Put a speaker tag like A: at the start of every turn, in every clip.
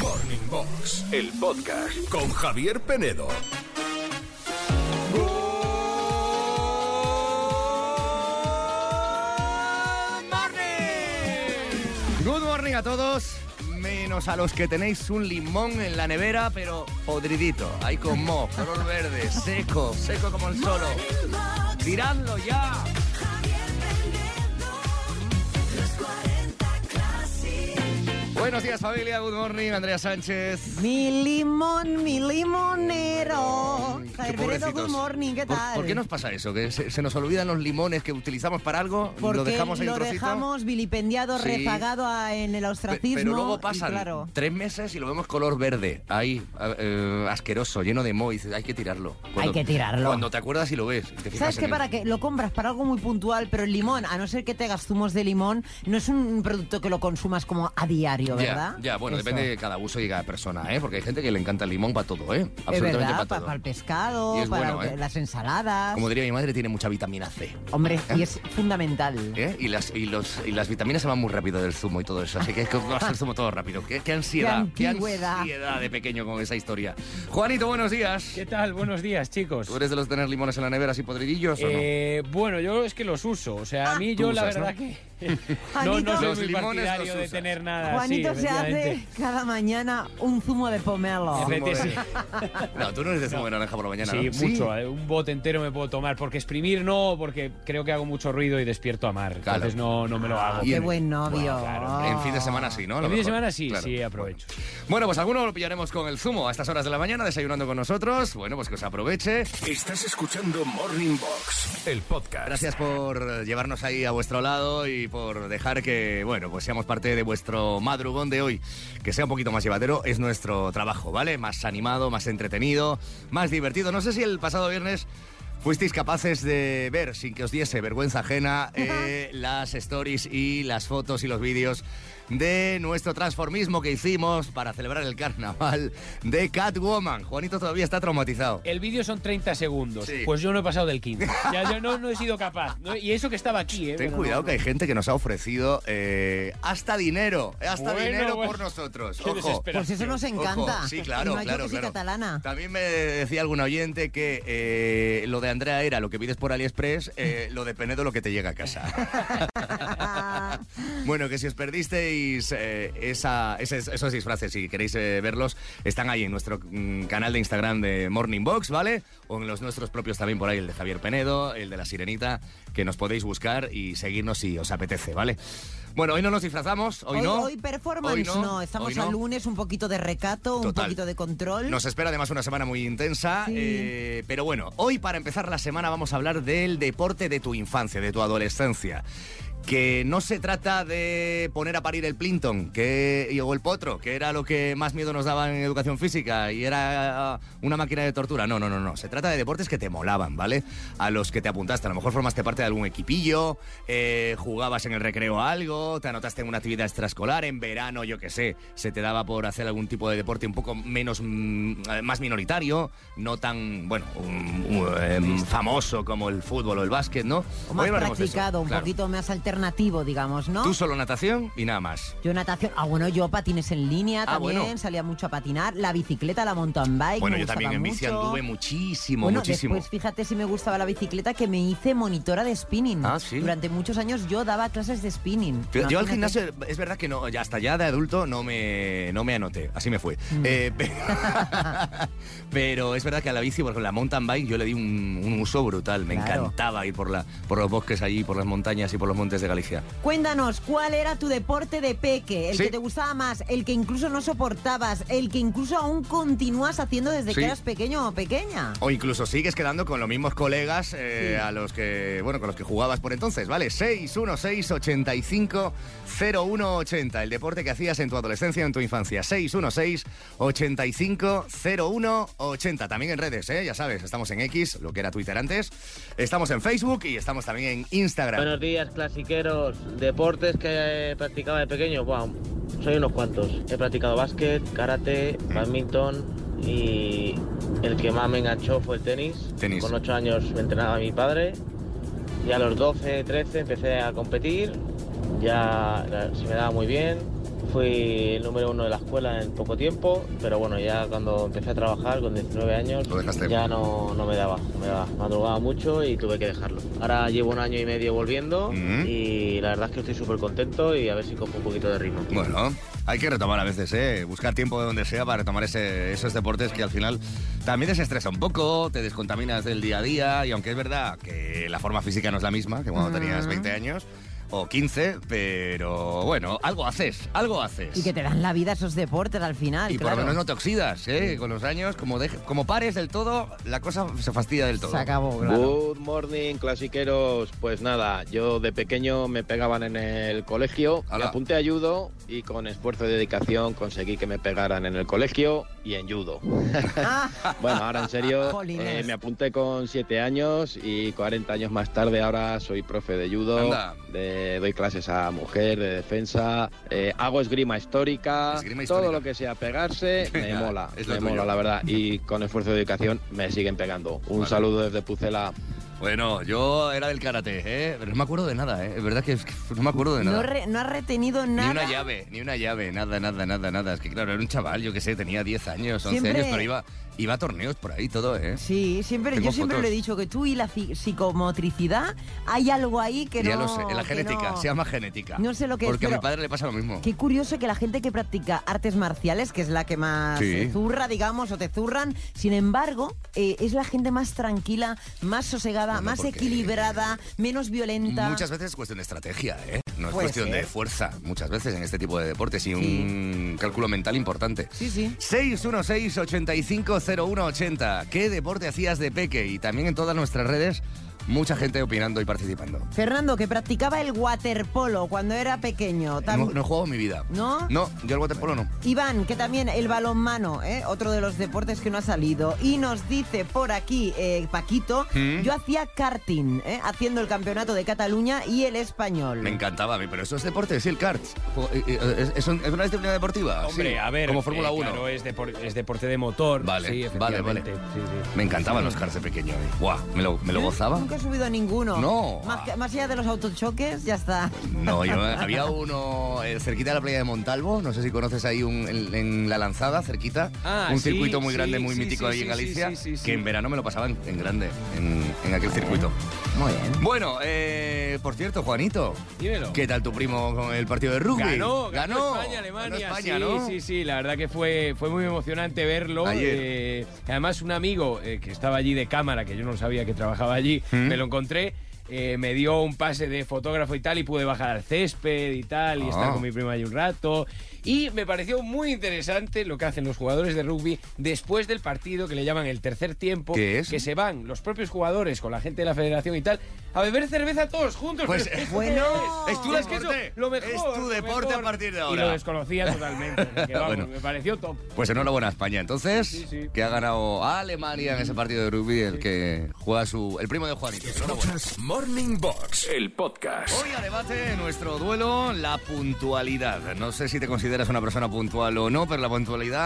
A: Morning Box, el podcast con Javier Penedo.
B: Good morning a todos, menos a los que tenéis un limón en la nevera, pero podridito, ahí con moho, color verde, seco, seco como el solo. ¡Tiradlo ya! Buenos días familia, good morning, Andrea Sánchez.
C: Mi limón, mi limonero. Javier Peredo,
B: pobrecitos.
C: good morning, ¿qué
B: ¿Por,
C: tal?
B: por qué nos pasa eso? Que se, se nos olvidan los limones que utilizamos para algo,
C: Porque
B: lo dejamos ahí un
C: lo
B: trocito.
C: dejamos vilipendiado,
B: Sí.
C: rezagado a- en el
B: Pe-
C: ostracismo.
B: Pero luego
C: y
B: pasan
C: claro.
B: tres meses y lo vemos color verde, ahí, a- eh, asqueroso, lleno de moho, y dices, hay que tirarlo. Cuando-
C: que tirarlo.
B: Cuando te acuerdas y lo ves. y te fijas
C: ¿Sabes
B: en
C: qué?
B: él.
C: Para que lo compras para algo muy puntual, pero el limón, a no ser que te hagas zumos de limón, no es un producto que lo consumas como a diario,
B: Ya,
C: ¿verdad?
B: Ya, bueno,
C: Eso.
B: depende de cada uso y cada persona, ¿eh? Porque hay gente que le encanta el limón para todo, ¿eh?
C: Es
B: Absolutamente
C: verdad,
B: para
C: para,
B: todo.
C: el pescado,
B: Y es
C: para
B: bueno, ¿eh?
C: las ensaladas.
B: Como diría mi madre, tiene mucha vitamina C.
C: Hombre, y es fundamental.
B: ¿eh? Y, las, y, los, y las vitaminas se van muy rápido del zumo y todo eso, así que es que vas el zumo todo rápido. Qué, qué ansiedad,
C: Qué antigüedad.
B: ansiedad de pequeño con esa historia. Juanito, buenos días.
D: ¿Qué tal? Buenos días, chicos.
B: ¿Tú eres de los de tener limones en la nevera así podridillos o no?
D: Eh, bueno, yo es que los uso. O sea, a mí
B: Tú
D: yo la
B: usas,
D: verdad
B: ¿no?
D: que. no, no
C: Ah. Juanito.
D: soy
B: Los
D: muy
B: limones
D: partidario
B: los
D: de
B: usas.
D: tener nada.
C: Juanito
D: Ah, sí,
C: se hace
D: efectivamente.
C: cada mañana un zumo de pomelo.
D: Efectivamente,
B: No, tú no eres de zumo de naranja por la mañana,
D: Sí,
B: ¿no?
D: Sí, mucho. eh, Un bote entero me puedo tomar. Porque exprimir no, porque creo que hago mucho ruido y despierto a mar.
B: Claro. Ah,
D: Entonces no, no me lo hago.
B: Y
C: Qué
B: en-
C: buen novio.
D: Bueno, claro,
B: En fin de semana sí, ¿no? A
D: El
B: lo
D: fin de
B: mejor.
D: semana sí,
B: Claro.
D: sí, aprovecho.
B: Bueno, pues alguno lo pillaremos con el zumo a estas horas de la mañana, desayunando con nosotros. Bueno, pues que os aproveche.
A: Estás escuchando Morning Box, el podcast.
B: Gracias por eh, llevarnos ahí a vuestro lado y por dejar que, bueno, pues seamos parte de vuestro madrugón de hoy. Que sea un poquito más llevadero es nuestro trabajo, ¿vale? Más animado, más entretenido, más divertido. No sé si el pasado viernes fuisteis capaces de ver, sin que os diese vergüenza ajena, eh, las stories y las fotos y los vídeos de nuestro transformismo que hicimos para celebrar el carnaval de Catwoman. Juanito todavía está traumatizado.
D: El vídeo son 30 segundos.
B: Sí.
D: Pues yo no he pasado del 15. Ya, yo no, no he sido capaz. ¿no? Y eso que estaba aquí, ¿eh?
B: Ten
D: Pero
B: cuidado
D: no,
B: que hay gente que nos ha ofrecido eh, hasta dinero, eh, hasta
D: Bueno,
B: dinero
D: bueno.
B: por nosotros.
D: Qué
B: Ojo.
D: desesperación.
C: Pues eso nos encanta.
B: Ojo, sí, claro,
C: Y más yo
B: claro,
C: que soy
B: claro.
C: catalana.
B: También me decía algún oyente que eh, lo de Andrea era lo que pides por AliExpress, eh, lo de Penedo lo que te llega a casa. bueno, que si os perdisteis eh, esa- ese- esos disfraces, si queréis eh, verlos, están ahí en nuestro mm, canal de Instagram de Morning Box, ¿vale? O en los nuestros propios también por ahí, el de Javier Penedo, el de La Sirenita, que nos podéis buscar y seguirnos si os apetece, ¿vale? Bueno, hoy no nos disfrazamos, hoy,
C: hoy,
B: no.
C: hoy performance
B: Hoy
C: no,
B: hoy
C: estamos
B: no.
C: al lunes, un poquito de recato, un
B: Total.
C: poquito de control.
B: Nos espera además una semana muy intensa,
C: Sí.
B: eh, pero bueno, hoy para empezar la semana vamos a hablar del deporte de tu infancia, de tu adolescencia. Que no se trata de poner a parir el Plinton que, y- o el potro, que era lo que más miedo nos daba en educación física y era ah, una máquina de tortura. No, no, no, no. Se trata de deportes que te molaban, ¿vale? A los que te apuntaste. A lo mejor formaste parte de algún equipillo, eh, jugabas en el recreo a algo, te anotaste en una actividad extraescolar, en verano, yo qué sé, se te daba por hacer algún tipo de deporte un poco menos, mm, eh, más minoritario, no tan, bueno, um, um, em, famoso como el fútbol o el básquet, ¿no?
C: O más
B: Hoy hablaremos de eso,
C: practicado, un
B: claro.
C: poquito más alternativo, digamos, ¿no?
B: Tú solo natación y nada más.
C: Yo natación, ah bueno, yo patines en línea
B: Ah,
C: también,
B: bueno.
C: salía mucho a patinar, la bicicleta, la mountain bike.
B: bueno,
C: me
B: yo también en
C: gustaba
B: bici
C: mucho.
B: anduve muchísimo,
C: bueno,
B: muchísimo.
C: después fíjate si me gustaba la bicicleta que me hice monitora de spinning.
B: Ah, sí.
C: Durante muchos años yo daba clases de spinning.
B: Yo- Yo al
C: Imagínate.
B: gimnasio, es verdad que no, ya hasta ya de adulto no me, no me anoté, así me fue.
C: Mm.
B: Eh, pe- pero, es verdad que a la bici, por ejemplo, la mountain bike, yo le di un, un uso brutal. Me
C: Claro.
B: encantaba ir por, la, por los bosques allí, por las montañas y por los montes de Galicia.
C: Cuéntanos, ¿cuál era tu deporte de peque? El
B: Sí.
C: que te gustaba más, el que incluso no soportabas, el que incluso aún continúas haciendo desde
B: Sí. Oh,
C: que eras pequeño o pequeña.
B: O incluso sigues quedando con los mismos colegas eh, a los que, bueno, con los que jugabas por entonces, ¿vale? 616 85 0180, el deporte que hacías en tu adolescencia, en tu infancia. 616 85 0180, también en redes, ¿eh? Ya sabes, estamos en X, lo que era Twitter antes, estamos en Facebook y estamos también en Instagram.
E: Buenos días, clasiqueros. Deportes que eh, practicaba de pequeño, wow, soy unos cuantos. He practicado básquet, karate,
B: Mm.
E: badminton y el que más me enganchó fue el tenis.
B: Tenis.
E: Con 8 años me entrenaba mi padre y a los 12, 13 empecé a competir. Ya la- se me daba muy bien. Fui el número uno de la escuela en poco tiempo, pero bueno, ya cuando empecé a trabajar con 19 años,
B: Lo dejaste.
E: ya no, no me daba, no me daba. Madrugaba mucho y tuve que dejarlo. Ahora llevo un año y medio volviendo
B: Mm.
E: y la verdad es que estoy súper contento y a ver si cojo un poquito de ritmo.
B: Bueno, hay que retomar a veces, ¿eh? Buscar tiempo de donde sea para retomar ese- esos deportes que al final también desestresa un poco, te descontaminas del día a día y aunque es verdad que la forma física no es la misma que cuando tenías
C: Mm.
B: 20 años o 15, pero bueno, algo haces, algo haces.
C: Y que te dan la vida esos deportes al final,
B: Y por
C: claro.
B: lo menos no te oxidas, ¿eh? Con los años, como, deje- como pares del todo, la cosa se fastidia del todo.
C: Se acabó, claro.
F: Good morning, clasiqueros. Pues nada, yo de pequeño me pegaban en el colegio, me
B: Ala.
F: apunté a judo y con esfuerzo y dedicación conseguí que me pegaran en el colegio y en judo.
C: Ah,
F: Bueno, ahora en serio,
C: Jolines.
F: eh, me apunté con 7 años y 40 años más tarde ahora soy profe de judo,
B: Anda.
F: de- doy clases a mujer, de defensa, eh, hago esgrima histórica,
B: Esgrima histórica.
F: todo lo que sea pegarse me
B: Venga,
F: mola,
B: es lo
F: me
B: tuyo.
F: mola la verdad y con esfuerzo y dedicación me siguen pegando. Un
B: Bueno.
F: saludo desde Pucela.
B: Bueno, yo era del karate, ¿eh? Pero no me acuerdo de nada, ¿eh? Es verdad que es que no me acuerdo de nada.
C: no, re- no has retenido
B: Ni
C: nada.
B: una llave, ni una llave, nada, nada, nada, nada. Es que claro, era un chaval, yo qué sé, tenía 10 años, 11
C: Siempre-
B: años, pero iba, iba a torneos por ahí todo, ¿eh?
C: Sí, siempre, yo
B: Tengo
C: siempre
B: fotos.
C: lo he dicho, que tú y la ci- psicomotricidad, hay algo ahí que
B: ya
C: no...
B: lo sé, en la
C: que
B: genética,
C: no-
B: se llama genética.
C: No sé lo que es,
B: Porque a
C: pero-
B: mi padre le pasa lo mismo.
C: Qué curioso que la gente que practica artes marciales, que es la que más
B: Sí.
C: eh, zurra, digamos, o te zurran, sin embargo, eh, es la gente más tranquila, más sosegada,
B: Bueno,
C: más
B: porque-
C: equilibrada, menos violenta.
B: Muchas veces es cuestión de estrategia, ¿eh? No es
C: Puede
B: cuestión de
C: ser.
B: fuerza, muchas veces en este tipo de deportes y
C: Sí.
B: un cálculo mental importante.
C: Sí, sí.
B: 616-850180. ¿Qué deporte hacías de peque? Y también en todas nuestras redes, mucha gente opinando y participando.
C: Fernando, que practicaba el waterpolo cuando era pequeño. Tam-
B: No, no he jugado en mi vida.
C: ¿No?
B: No, yo el waterpolo no.
C: Iván, que también el balonmano, ¿eh? otro de los deportes que no ha salido. Y nos dice por aquí eh, Paquito,
B: ¿Mm?
C: yo hacía karting, ¿eh? haciendo el campeonato de Cataluña y el español.
B: Me encantaba a mí, pero eso es deporte, sí, el kart. Jo- eh, eh, ¿Es, es un- es una disciplina deportiva?
D: Hombre,
B: sí,
D: a ver.
B: Como Fórmula
D: eh,
B: 1.
D: Claro, es, depor- es deporte de motor.
B: Vale,
D: sí,
B: vale, vale.
D: efectivamente, sí, sí.
B: Me encantaban los karts de pequeño. eh. Buah, ¿me lo, me lo
C: Yo
B: gozaba?
C: Nunca he subido a ninguno.
B: No.
C: Más, que- más allá de los autochoques, ya está.
B: No, yo eh, había uno eh, cerquita de la playa de Montalvo, no sé si conoces ahí un- en, en la lanzada, cerquita,
D: Ah,
B: un
D: sí,
B: circuito muy
D: sí,
B: grande, muy
D: sí,
B: mítico
D: sí,
B: ahí en
D: sí,
B: Galicia,
D: sí, sí, sí,
B: que en
D: sí.
B: verano me lo pasaba en, en grande, en, en aquel circuito.
C: Muy bien.
B: Bueno, eh, por cierto, Juanito,
D: Dímelo.
B: ¿qué tal tu primo con el partido de rugby?
D: Ganó, ganó,
B: ganó
D: España, Alemania.
B: ganó España,
D: sí,
B: ¿no?
D: sí, sí, la verdad que fue, fue muy emocionante verlo.
B: Ayer.
D: Eh, además, un amigo eh, que estaba allí de cámara, que yo no sabía que trabajaba allí,
B: Mm.
D: me lo encontré. eh, me dio un pase de fotógrafo y tal, y pude bajar al césped y tal, y
B: Ah.
D: estar con mi prima allí un rato. Y me pareció muy interesante lo que hacen los jugadores de rugby después del partido, que le llaman el tercer tiempo,
B: ¿Qué es?
D: que se van los propios jugadores con la gente de la federación y tal, a beber cerveza todos juntos.
B: Pues,
D: Pero ¿esto
C: bueno,
D: qué
B: es tu
D: Ya eso,
B: deporte.
D: Eh, lo mejor,
B: Es tu
D: lo
B: deporte
D: mejor.
B: a partir de
D: Y
B: ahora.
D: lo desconocía totalmente. que vamos,
B: Bueno.
D: Me pareció top.
B: Pues enhorabuena a España, entonces,
D: Sí, sí.
B: que ha ganado a Alemania en ese partido de rugby, el que juega su. el primo de Juanito. Enhorabuena.
A: Morning Box, el podcast.
B: Hoy a debate nuestro duelo, la puntualidad. No sé si te consideras una persona puntual o no, pero la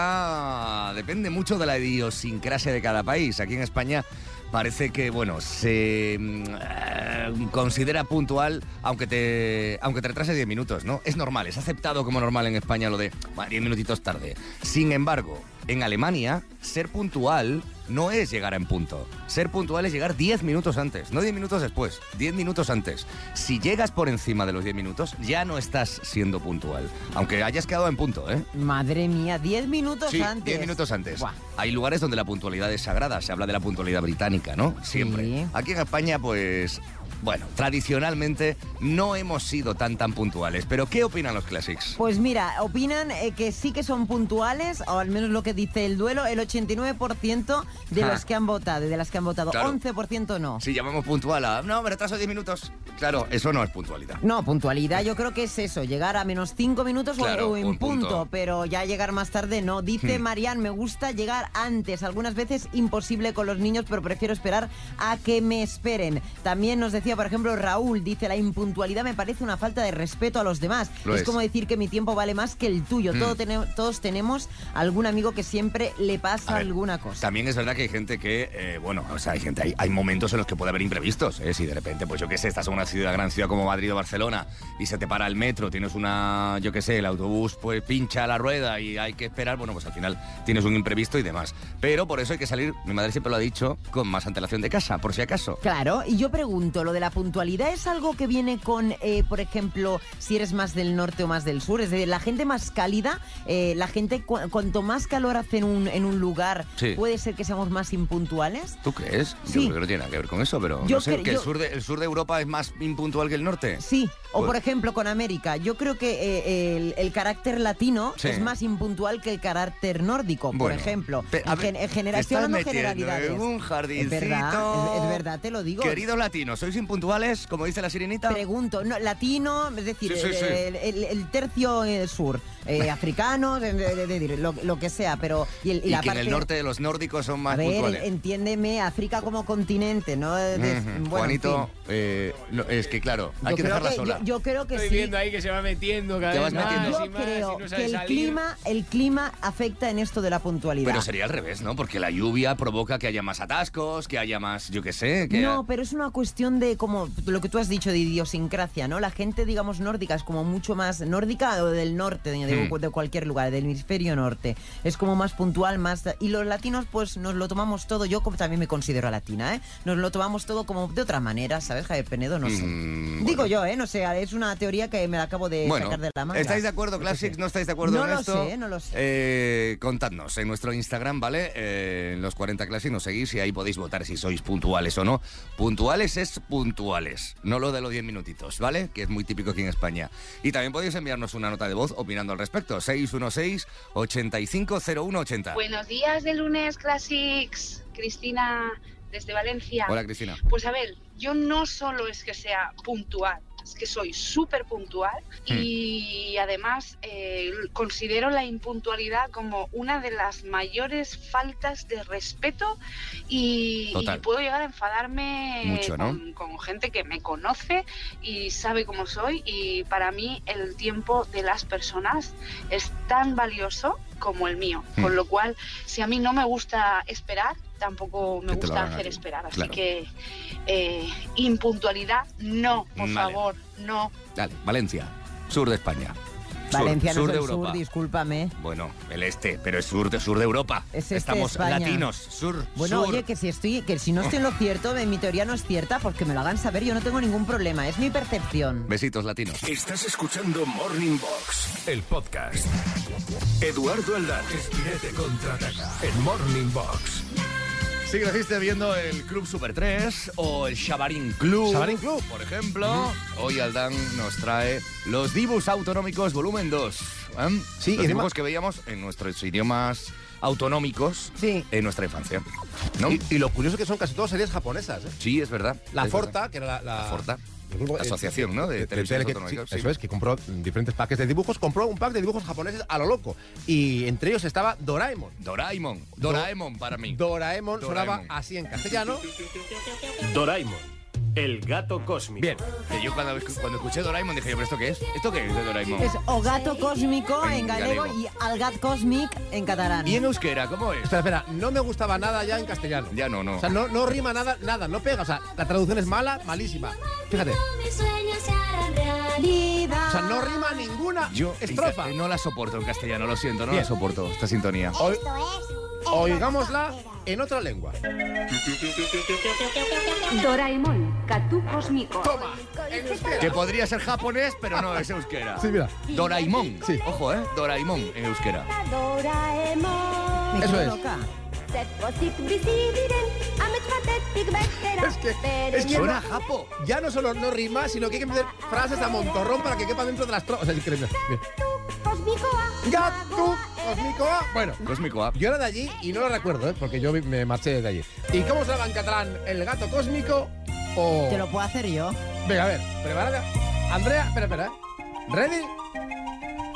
B: puntualidad depende mucho de la idiosincrasia de cada país. Aquí en España parece que, bueno, se mm, eh, considera puntual aunque te, aunque te retrase 10 minutos, ¿no? Es normal, es aceptado como normal en España lo de "Bah, 10 minutitos tarde. Sin embargo, en Alemania, ser puntual no es llegar en punto. Ser puntual es llegar 10 minutos antes, no 10 minutos después, 10 minutos antes. Si llegas por encima de los 10 minutos, ya no estás siendo puntual. Aunque hayas quedado en punto, ¿eh?
C: Madre mía, 10 minutos
B: Sí,
C: antes.
B: 10 minutos antes.
C: Buah.
B: Hay lugares donde la puntualidad es sagrada, se habla de la puntualidad británica, ¿no? Siempre.
C: Sí.
B: Aquí en España, pues, bueno, tradicionalmente no hemos sido tan tan puntuales. Pero ¿qué opinan los clásicos?
C: Pues mira, opinan eh, que sí que son puntuales, o al menos lo que dice el duelo, el 89% de
B: Ja.
C: los que han votado, y de las que han votado,
B: Claro.
C: 11% no.
B: Si llamamos puntual a... No, me retraso 10 minutos. Claro, eso no es puntualidad.
C: No, puntualidad yo creo que es eso, llegar a menos 5 minutos o-
B: Claro,
C: o en
B: un
C: punto,
B: punto. Hmm.
C: pero ya llegar más tarde no. Dice Marian, me gusta llegar antes, algunas veces imposible con los niños, pero prefiero esperar a que me esperen. También nos decía, por ejemplo, Raúl, dice, la impuntualidad me parece una falta de respeto a los demás.
B: Lo
C: es,
B: es. Hmm.
C: como decir que mi tiempo vale más que el tuyo. Todo tene- todos tenemos algún amigo que siempre le pasa
B: A ver,
C: alguna cosa.
B: También es verdad que hay gente que, eh, bueno, o sea, hay gente, hay, hay momentos en los que puede haber imprevistos, ¿eh? Si de repente, pues yo qué sé, estás en una ciudad, gran ciudad como Madrid o Barcelona y se te para el metro, tienes una, yo qué sé, el autobús pues pincha la rueda y hay que esperar, bueno, pues al final tienes un imprevisto y demás. Pero por eso hay que salir, mi madre siempre lo ha dicho, con más antelación de casa, por si acaso.
C: Claro, y yo pregunto, lo de la puntualidad es algo que viene con, eh, por ejemplo, si eres más del norte o más del sur, es decir, la gente más cálida, eh, la gente cu- cuanto más calor hace en un, en un lugar,
B: Sí.
C: puede ser que seamos más impuntuales.
B: ¿Tú crees? Yo
C: Sí.
B: creo que no tiene nada que ver con eso, pero
C: Yo
B: no sé,
C: cre-
B: que el
C: yo-
B: sur, de, el sur de Europa es más impuntual que el norte.
C: Sí, o
B: Pues-
C: por ejemplo con América. Yo creo que eh, el, el carácter latino
B: Sí.
C: es más impuntual que el carácter nórdico, por
B: Bueno,
C: ejemplo.
B: pe- a
C: En
B: ver,
C: gen- en general,
B: te
C: estoy
B: estás
C: hablando
B: metiendo en
C: generalidades.
B: un
C: Es verdad, es,
B: jardincito.
C: es verdad, te lo digo.
B: Queridos latinos, ¿sois impuntuales, como dice la sirenita?
C: Pregunto, no, latino, es decir,
B: Sí, sí,
C: el,
B: sí.
C: el- el- el tercio eh, sur, eh, africano, de- de- de- de- lo, lo que sea, pero... Y, el- y
B: y
C: la
B: que en
C: parte-
B: el norte los nórdicos son más
C: a ver,
B: puntuales.
C: entiéndeme, África como continente, ¿no? De- de-
B: Ujú.
C: bueno, en
B: Juanito,
C: fin.
B: eh, no, es que claro, hay
C: Yo
B: que
C: creo
B: dejarla
C: que-
B: sola.
C: Yo, yo creo que
D: Estoy
C: sí.
D: viendo ahí que se va metiendo cada
B: Te
D: vez
B: vas
D: más
B: metiendo.
D: y
C: Yo
D: más,
C: creo
D: y no
C: que
D: sabe
C: el
D: salir.
C: clima, el clima afecta en esto de la puntualidad.
B: pero sería al revés, ¿no? Porque la lluvia provoca que haya más atascos, que haya más, yo qué sé. Que
C: No, pero es una cuestión de como lo que tú has dicho de idiosincrasia, ¿no? La gente, digamos, nórdica es como mucho más nórdica o del norte, de, de-
B: Hmm.
C: de cualquier lugar, del hemisferio norte. Es como más puntual, más... Y los latinos, pues, nos lo tomamos todo, yo como también me considero latina, ¿eh? Nos lo tomamos todo como de otra manera, ¿sabes, Javier Penedo? No sé.
B: Mm,
C: Digo
B: bueno.
C: yo, ¿eh? No sé, es una teoría que me la acabo de
B: Bueno,
C: sacar de la manga.
B: ¿estáis de acuerdo, Classics? ¿No estáis de acuerdo
C: No
B: en
C: lo
B: esto?
C: sé, no lo sé.
B: Eh, contadnos en nuestro Instagram, ¿vale? Eh, en los 40 Classics nos seguís y ahí podéis votar si sois puntuales o no. Puntuales es puntuales, no lo de los 10 minutitos, ¿vale? Que es muy típico aquí en España. Y también podéis enviarnos una nota de voz opinando al respecto. 616-850180.
G: Buenos días de lunes, Classics. Cristina, desde Valencia.
B: Hola, Cristina.
G: Pues a ver, yo no solo es que sea puntual, es que soy súper puntual
B: Mm.
G: y además eh, considero la impuntualidad como una de las mayores faltas de respeto y,
B: Total.
G: y puedo llegar a enfadarme
B: Mucho, ¿no?
G: con, con gente que me conoce y sabe cómo soy y para mí el tiempo de las personas es tan valioso como el mío,
B: Mm.
G: con lo cual si a mí no me gusta esperar, tampoco me
B: Que te lo
G: gusta
B: hagan a
G: hacer
B: ti.
G: esperar, así
B: Claro.
G: que eh, impuntualidad, no, por
B: Vale.
G: favor, no.
B: Dale, Valencia, sur de España. Sur,
C: Valencia
B: sur
C: no
B: de
C: es el sur,
B: Europa.
C: discúlpame.
B: bueno, el este, pero es sur de, sur de Europa.
C: Es este
B: Estamos
C: España.
B: latinos, sur,
C: Bueno,
B: sur.
C: oye, que si estoy, que si no estoy en lo cierto, eh, mi teoría no es cierta, porque me lo hagan saber, yo no tengo ningún problema, es mi percepción.
B: Besitos latinos.
A: Estás escuchando Morning Box, el podcast. Eduardo Aldán, Espinete contraataca en Morning Box.
B: Si creciste viendo el Club Super 3 o el Shabarín Club,
D: Xabarín Club.
B: por ejemplo, hoy Aldán nos trae los Dibus Autonómicos Volumen 2. ¿eh?
D: Sí,
B: los
D: encima-
B: dibujos que veíamos en nuestros idiomas autonómicos
C: Sí.
B: en nuestra infancia. ¿no?
H: Y, y lo curioso es que son casi todas series japonesas. ¿eh?
B: sí, es verdad.
H: La
B: es
H: Forta,
B: verdad.
H: que era la, la-
B: La Forta.
H: el grupo- eh,
B: La asociación, ¿no? De
H: tele-
B: televisiones
H: que-
B: autonómicas,
H: sí,
B: sí.
H: Eso es, que compró diferentes packs de dibujos. Compró un pack de dibujos japoneses a lo loco. Y entre ellos estaba Doraemon.
B: Doraemon. Doraemon para mí.
H: Doraemon, sonaba
B: Doraemon.
H: así en castellano.
I: Doraemon, el gato cósmico.
D: Bien,
B: Que yo cuando, cuando escuché Doraemon dije, yo, ¿pero esto qué es? ¿Esto qué es de Doraemon?
C: Es o gato cósmico en
B: En
C: galego
B: galego.
C: y al gat cósmic en catalán.
B: ¿Y en euskera cómo es?
H: Espera, espera, no me gustaba nada ya en castellano.
B: Ya no, no.
H: O sea, no, no rima nada, nada, no pega. O sea, la traducción es mala, malísima. Fíjate, o
C: Realidad.
H: sea, no rima ninguna
B: Yo
H: estrofa.
B: no la soporto en castellano, lo siento, no
H: Bien.
B: la soporto esta sintonía.
H: Oi- oigámosla en otra lengua.
J: Doraemon, Katú Cósmico.
H: Toma, en
B: Que
H: euskera.
B: podría ser japonés, pero no, es euskera.
H: Sí, mira.
B: Doraemon.
H: Sí.
B: Ojo, ¿eh? Doraemon en euskera.
J: Doraemon.
C: Me
H: Eso
C: quedo
H: es.
C: loca.
H: Es que- es que-
B: Suena a japo.
H: Ya no solo no rima, sino que hay que meter frases a montorrón para que quepa dentro de las trozas. O sea, es increíble. Bien.
K: ah.
H: Gatu,
K: eh.
H: cosmicoa. Ah, Bueno,
B: Cósmico A.
H: yo era de allí y no lo recuerdo, ¿eh? porque yo vi- me marché de allí. ¿Y cómo se llama en catalán el gato cósmico o...?
C: Te lo puedo hacer yo.
H: Venga, a ver, preparada. Andrea, espera, espera. ¿eh? ¿Ready?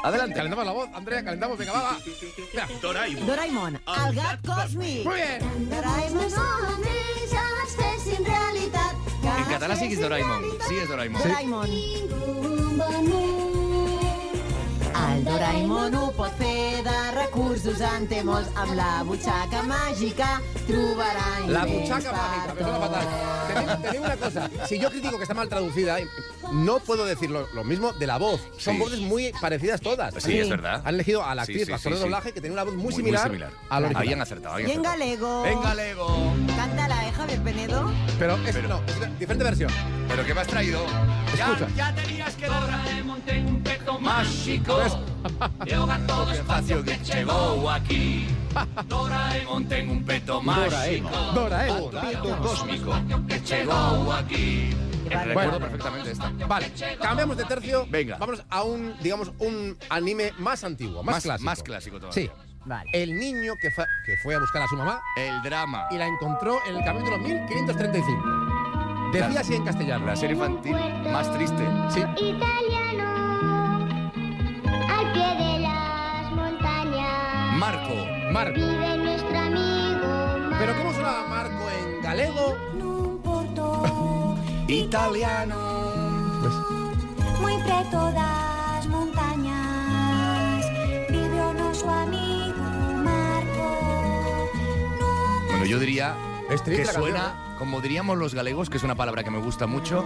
B: Adelante.
H: Calentamos la voz, Andrea, calentamos, venga, va, va. Venga.
I: Doraemon,
C: Doraemon, al gat cósmic.
H: Muy bien.
C: Doraemon.
J: sin realitat.
B: ¿En En catalán sí que es Doraemon. Sí es Doraemon.
C: Doraemon. El Doraemon ho pot fer de recursos en té molts. Amb la butxaca màgica trobarà
H: La
C: invents
H: buchaca
C: per
H: mágica, me suena
C: tot.
H: fatal. Te digo, te digo una cosa, si yo critico que está mal traducida, no puedo decir lo, lo mismo de la voz. Son
B: Sí.
H: voces muy parecidas todas.
B: Sí, Sí. es verdad.
H: Han elegido a la
B: Sí,
H: actriz,
B: sí,
H: la actora
B: sí,
H: de
B: sí.
H: doblaje, que tenía una voz muy,
B: Muy, muy
H: similar,
B: similar.
H: a la
B: Ahí
H: original.
B: han acertado. ahí han
C: I en
B: acertado.
C: galego.
B: En galego.
C: Cántala, eh, Javier Penedo.
H: Pero es,
B: Pero-
H: no, es una diferente versión.
B: ¿Pero qué me has traído?
H: Escucha.
B: Ya, ya tenías que dar un peto mágico. Lleva todo espacio que llegó aquí. Doraemon tengo un peto mágico.
H: Doraemon.
B: Gato cósmico que llegó aquí.
C: Vale.
B: Recuerdo perfectamente esta.
H: Vale, cambiamos de tercio.
B: Venga.
H: Vamos a un, digamos, un anime más antiguo, más, clásico.
B: Más clásico todavía.
H: Sí.
C: Vale.
H: El niño que, fa- que fue a buscar a su mamá
B: El drama.
H: y la encontró en el camino de los 1535.
B: Claro.
H: Decía así en castellano.
B: La serie infantil más triste.
H: Sí.
K: italiano, al pie de las montañas,
B: Marco.
H: Marco.
K: vive nuestro amigo.
H: Pero ¿cómo sonaba Marco en galego?
K: un porto italiano, muy preto das montañas, vive o noso amigo Marco.
B: Bueno, yo diría
H: Es triste la
B: que
H: canción, ¿eh?
B: suena, como diríamos los galegos, que es una palabra que me gusta mucho,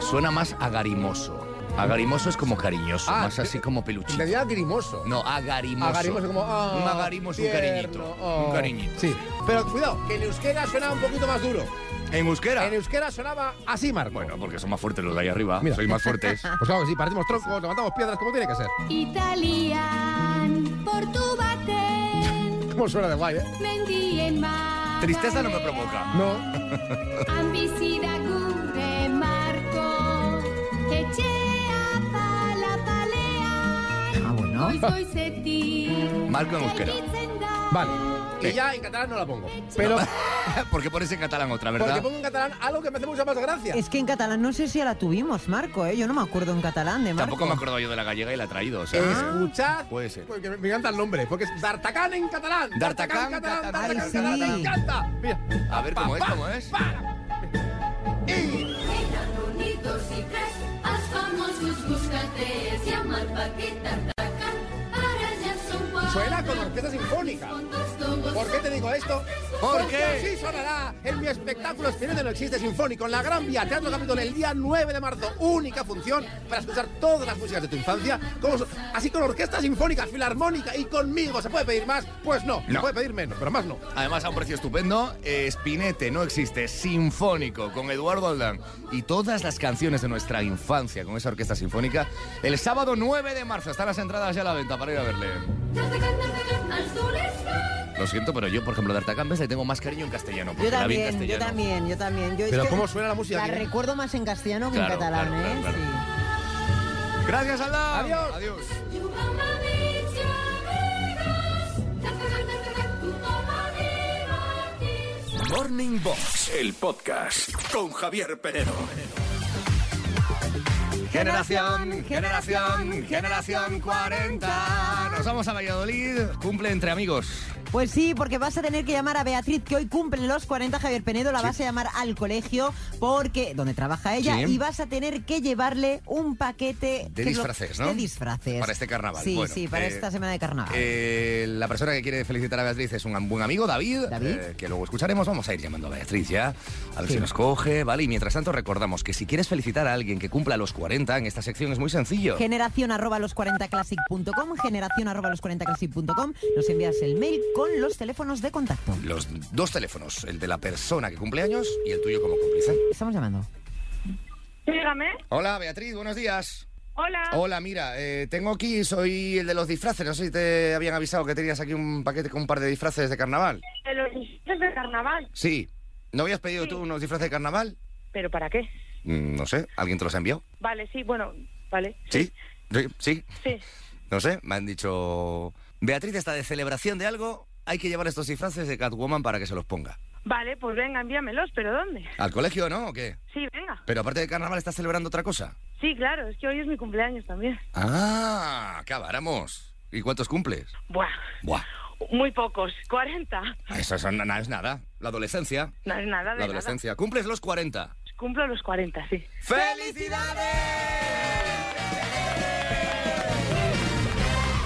B: suena más agarimoso. Agarimoso es como cariñoso,
H: Ah,
B: más
H: sí.
B: así como
H: En
B: peluchito.
H: realidad grimoso.
B: No, agarimoso.
H: Agarimoso como... ah,
B: un agarimoso,
H: tierno,
B: un cariñito.
H: oh.
B: Un cariñito.
H: Sí. Pero cuidado, que en euskera suena un poquito más duro.
B: ¿En euskera?
H: En euskera sonaba así, Marco.
B: Bueno, porque son más fuertes los de ahí arriba.
H: Mira.
B: Soy más fuertes.
H: Pues claro que sí, partimos troncos, levantamos piedras, como tiene que ser.
K: Italian, portu baten,
H: ¿Cómo suena de guay, eh?
K: mendien bat.
B: Tristeza no me provoca.
H: No.
K: Han bizi da gure Marco, etxea pala palean,
C: Ah, bueno.
K: goiz goizetik,
B: Marco en euskera.
K: gelditzen da.
H: Vale. Y
B: Sí.
H: ya en catalán no la pongo. Pero
B: porque pones en catalán otra,
H: porque
B: ¿verdad?
H: pongo en catalán algo que me hace mucha más gracia.
C: Es que en catalán no sé si ya la tuvimos, Marco, ¿eh? Yo no me acuerdo en catalán de Marco.
B: Tampoco me acuerdo yo de la gallega y la he traído. O sea,
H: Eh, Escuchad.
B: Ah, Puede ser.
H: Porque me, me encanta el nombre. Porque es D'Artacán en catalán.
B: D'Artagnan,
H: catalán.
B: catalán.
H: D'Artagnan catalán.
C: Ay,
H: Me
C: sí.
H: encanta. Mira.
B: A ver cómo es, cómo es.
K: Eren unidos i tres, els famosos buscaters, i amb el paquet d'atacant, ara ja són quatre.
H: Suena con orquesta sinfónica.
K: Con dos tobos,
H: ¿Por qué te digo esto?
B: ¿Por
H: Porque
B: qué?
H: así sonará en mi espectáculo Espinete no existe sinfónico en la Gran Vía Teatro Capitol el día 9 de marzo. Única función para escuchar todas las músicas de tu infancia, como so- así con orquesta sinfónica, filarmónica y conmigo. ¿Se puede pedir más? Pues no, se
B: No.
H: puede pedir menos, pero más no.
B: Además, a un precio estupendo, eh, Spinete no existe, sinfónico, con Eduardo Aldán y todas las canciones de nuestra infancia con esa orquesta sinfónica. El sábado 9 de marzo están las entradas ya a la venta para ir a verle.
K: d'atacant, d'atacant, els dolents van.
B: Lo siento, pero yo, por ejemplo, de Artacán le tengo más cariño en castellano. Porque
C: Yo
B: la vi en
C: también, yo
B: castellano.
C: también, yo también. Yo es
H: Pero
C: que
H: ¿cómo suena la música?
C: La
H: Kike?
C: recuerdo más en castellano que
B: Claro,
C: en catalán,
B: claro,
C: ¿eh?
B: claro, claro.
C: Sí.
B: Gracias, Aldán.
H: Adiós.
B: Adiós.
K: Juga'm amics i amigues, d'atacant, d'atacant, tothom arriba aquí.
A: Morning Box, el podcast con Javier Penedo.
B: Generación, generación, generación 40. Nos vamos a Valladolid. Cumple entre amigos.
C: Pues sí, porque vas a tener que llamar a Beatriz, que hoy cumple los 40, Javier Penedo, la vas a llamar al colegio, porque donde trabaja ella,
B: Sí.
C: y vas a tener que llevarle un paquete que
B: De
C: es lo-
B: disfraces, ¿no?
C: De disfraces.
B: Para este carnaval.
C: Sí,
B: Bueno,
C: sí, para
B: eh,
C: esta semana de carnaval.
B: Eh, la persona que quiere felicitar a Beatriz es un buen amigo, David,
C: David.
B: eh, que luego escucharemos. Vamos a ir llamando a Beatriz ya, a ver si nos coge, ¿vale? Y mientras tanto recordamos que si quieres felicitar a alguien que cumpla los 40 en esta sección es muy sencillo.
C: Generación arroba los 40classic.com, generación arroba los 40classic.com, nos envías el mail con los teléfonos de contacto.
B: Los dos teléfonos, el de la persona que cumple años y el tuyo como cómplice.
C: Estamos llamando.
J: Dígame.
B: Hola, Beatriz, buenos días.
J: Hola.
B: Hola, mira, eh, tengo aquí, soy el de los disfraces. No sé si te habían avisado que tenías aquí un paquete con un par de disfraces de carnaval.
J: De los disfraces de carnaval.
B: Sí. ¿No habías pedido tú unos disfraces de carnaval?
J: ¿Pero para qué?
B: Mm, No sé, ¿alguien te los ha enviado?
J: Vale, sí, bueno, vale.
B: Sí, sí, sí.
J: Sí.
B: No sé, me han dicho. Beatriz está de celebración de algo, hay que llevar estos disfraces de Catwoman para que se los ponga.
J: Vale, pues venga, envíamelos, pero ¿dónde?
B: ¿Al colegio, no? ¿O qué?
J: Sí, venga.
B: Pero aparte de carnaval, ¿estás celebrando otra cosa?
J: Sí, claro, es que hoy es mi cumpleaños también.
B: ¡Ah! ¡Acabáramos! ¿Y cuántos cumples?
J: Buah,
B: ¡Buah!
J: muy pocos, 40.
B: Eso, eso no, no es nada. La adolescencia.
J: No es nada de
B: La adolescencia. Cumples los 40.
J: nada. cumplo los 40, sí.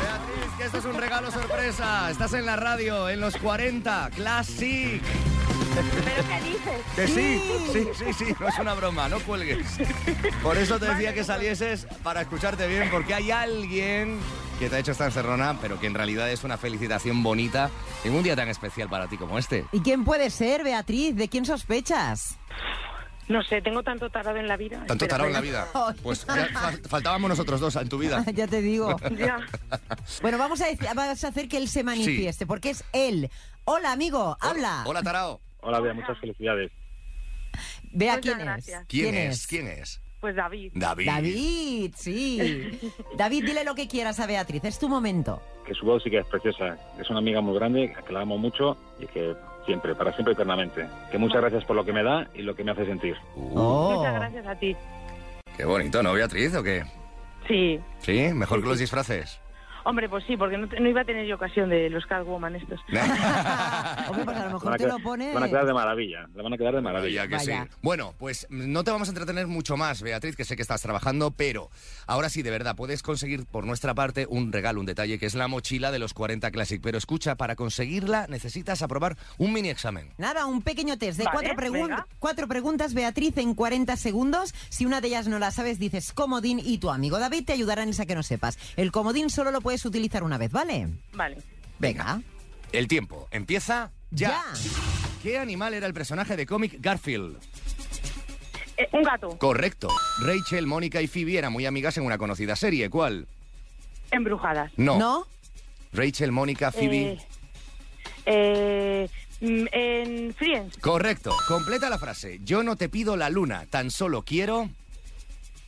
B: Beatriz, que esto es un regalo sorpresa. Estás en la radio, en los 40, Classic.
J: ¿Pero qué dices?
B: Que sí, sí, sí, sí, no es una broma, no cuelgues. Por eso te decía que salieses para escucharte bien, porque hay alguien que te ha hecho esta encerrona, pero que en realidad es una felicitación bonita en un día tan especial para ti como este.
C: ¿Y quién puede ser, Beatriz? ¿De quién sospechas?
J: No sé, tengo tanto tarado en la vida.
B: Tanto
J: Espera,
B: tarado en la
J: espera.
B: vida. Pues ya fal- faltábamos nosotros dos en tu vida.
C: ya te digo.
J: Ya.
C: Bueno, vamos a, dec- vamos a hacer que él se manifieste, porque es él. Hola, amigo, habla.
B: Hola, Tarao.
I: Hola, Bea, muchas felicidades.
C: Vea
J: Muchas
C: quién
J: gracias.
C: es.
B: ¿Quién es? ¿Quién es?
J: Pues David.
B: David.
C: David, sí. David, dile lo que quieras a Beatriz, es tu momento.
I: Que su voz sí que es preciosa. Es una amiga muy grande, que la amo mucho y que siempre, para siempre eternamente. Que muchas gracias por lo que me da y lo que me hace sentir.
B: Uh.
C: Oh.
J: Muchas gracias a ti.
B: Qué bonito, ¿no, Beatriz? ¿O qué?
J: Sí.
B: Sí, mejor que los disfraces.
J: Hombre, pues sí, porque no, te- no iba a tener yo ocasión de los Catwoman estos.
C: Hombre, pues a lo
I: Van
C: mejor
I: a
C: te
I: quedar-
C: lo pone.
I: Van a quedar de maravilla. Le van a quedar de maravilla.
B: Ya que sí.
C: Vaya.
B: Bueno, pues mm, no te vamos a entretener mucho más, Beatriz, que sé que estás trabajando, pero ahora sí, de verdad, puedes conseguir por nuestra parte un regalo, un detalle, que es la mochila de los 40 Classic. Pero escucha, para conseguirla necesitas aprobar un mini examen.
C: Nada, un pequeño test de
J: Vale,
C: cuatro, pregun-
J: venga.
C: cuatro preguntas, Beatriz, en 40 segundos. Si una de ellas no la sabes, dices comodín y tu amigo David te ayudará en esa que no sepas. El comodín solo lo puedes utilizar una vez, ¿vale?
J: Vale.
C: Venga.
B: El tiempo empieza ya.
C: Ya.
B: ¿Qué animal era el personaje de cómic Garfield?
J: Eh, un gato,
B: Correcto. Rachel, Mónica y Phoebe eran muy amigas en una conocida serie. ¿Cuál?
J: embrujadas.
B: No.
C: ¿No?
B: Rachel, Mónica, Phoebe.
J: Eh, eh, mm, en Friends,
B: Correcto. Completa la frase. Yo no te pido la luna, tan solo quiero.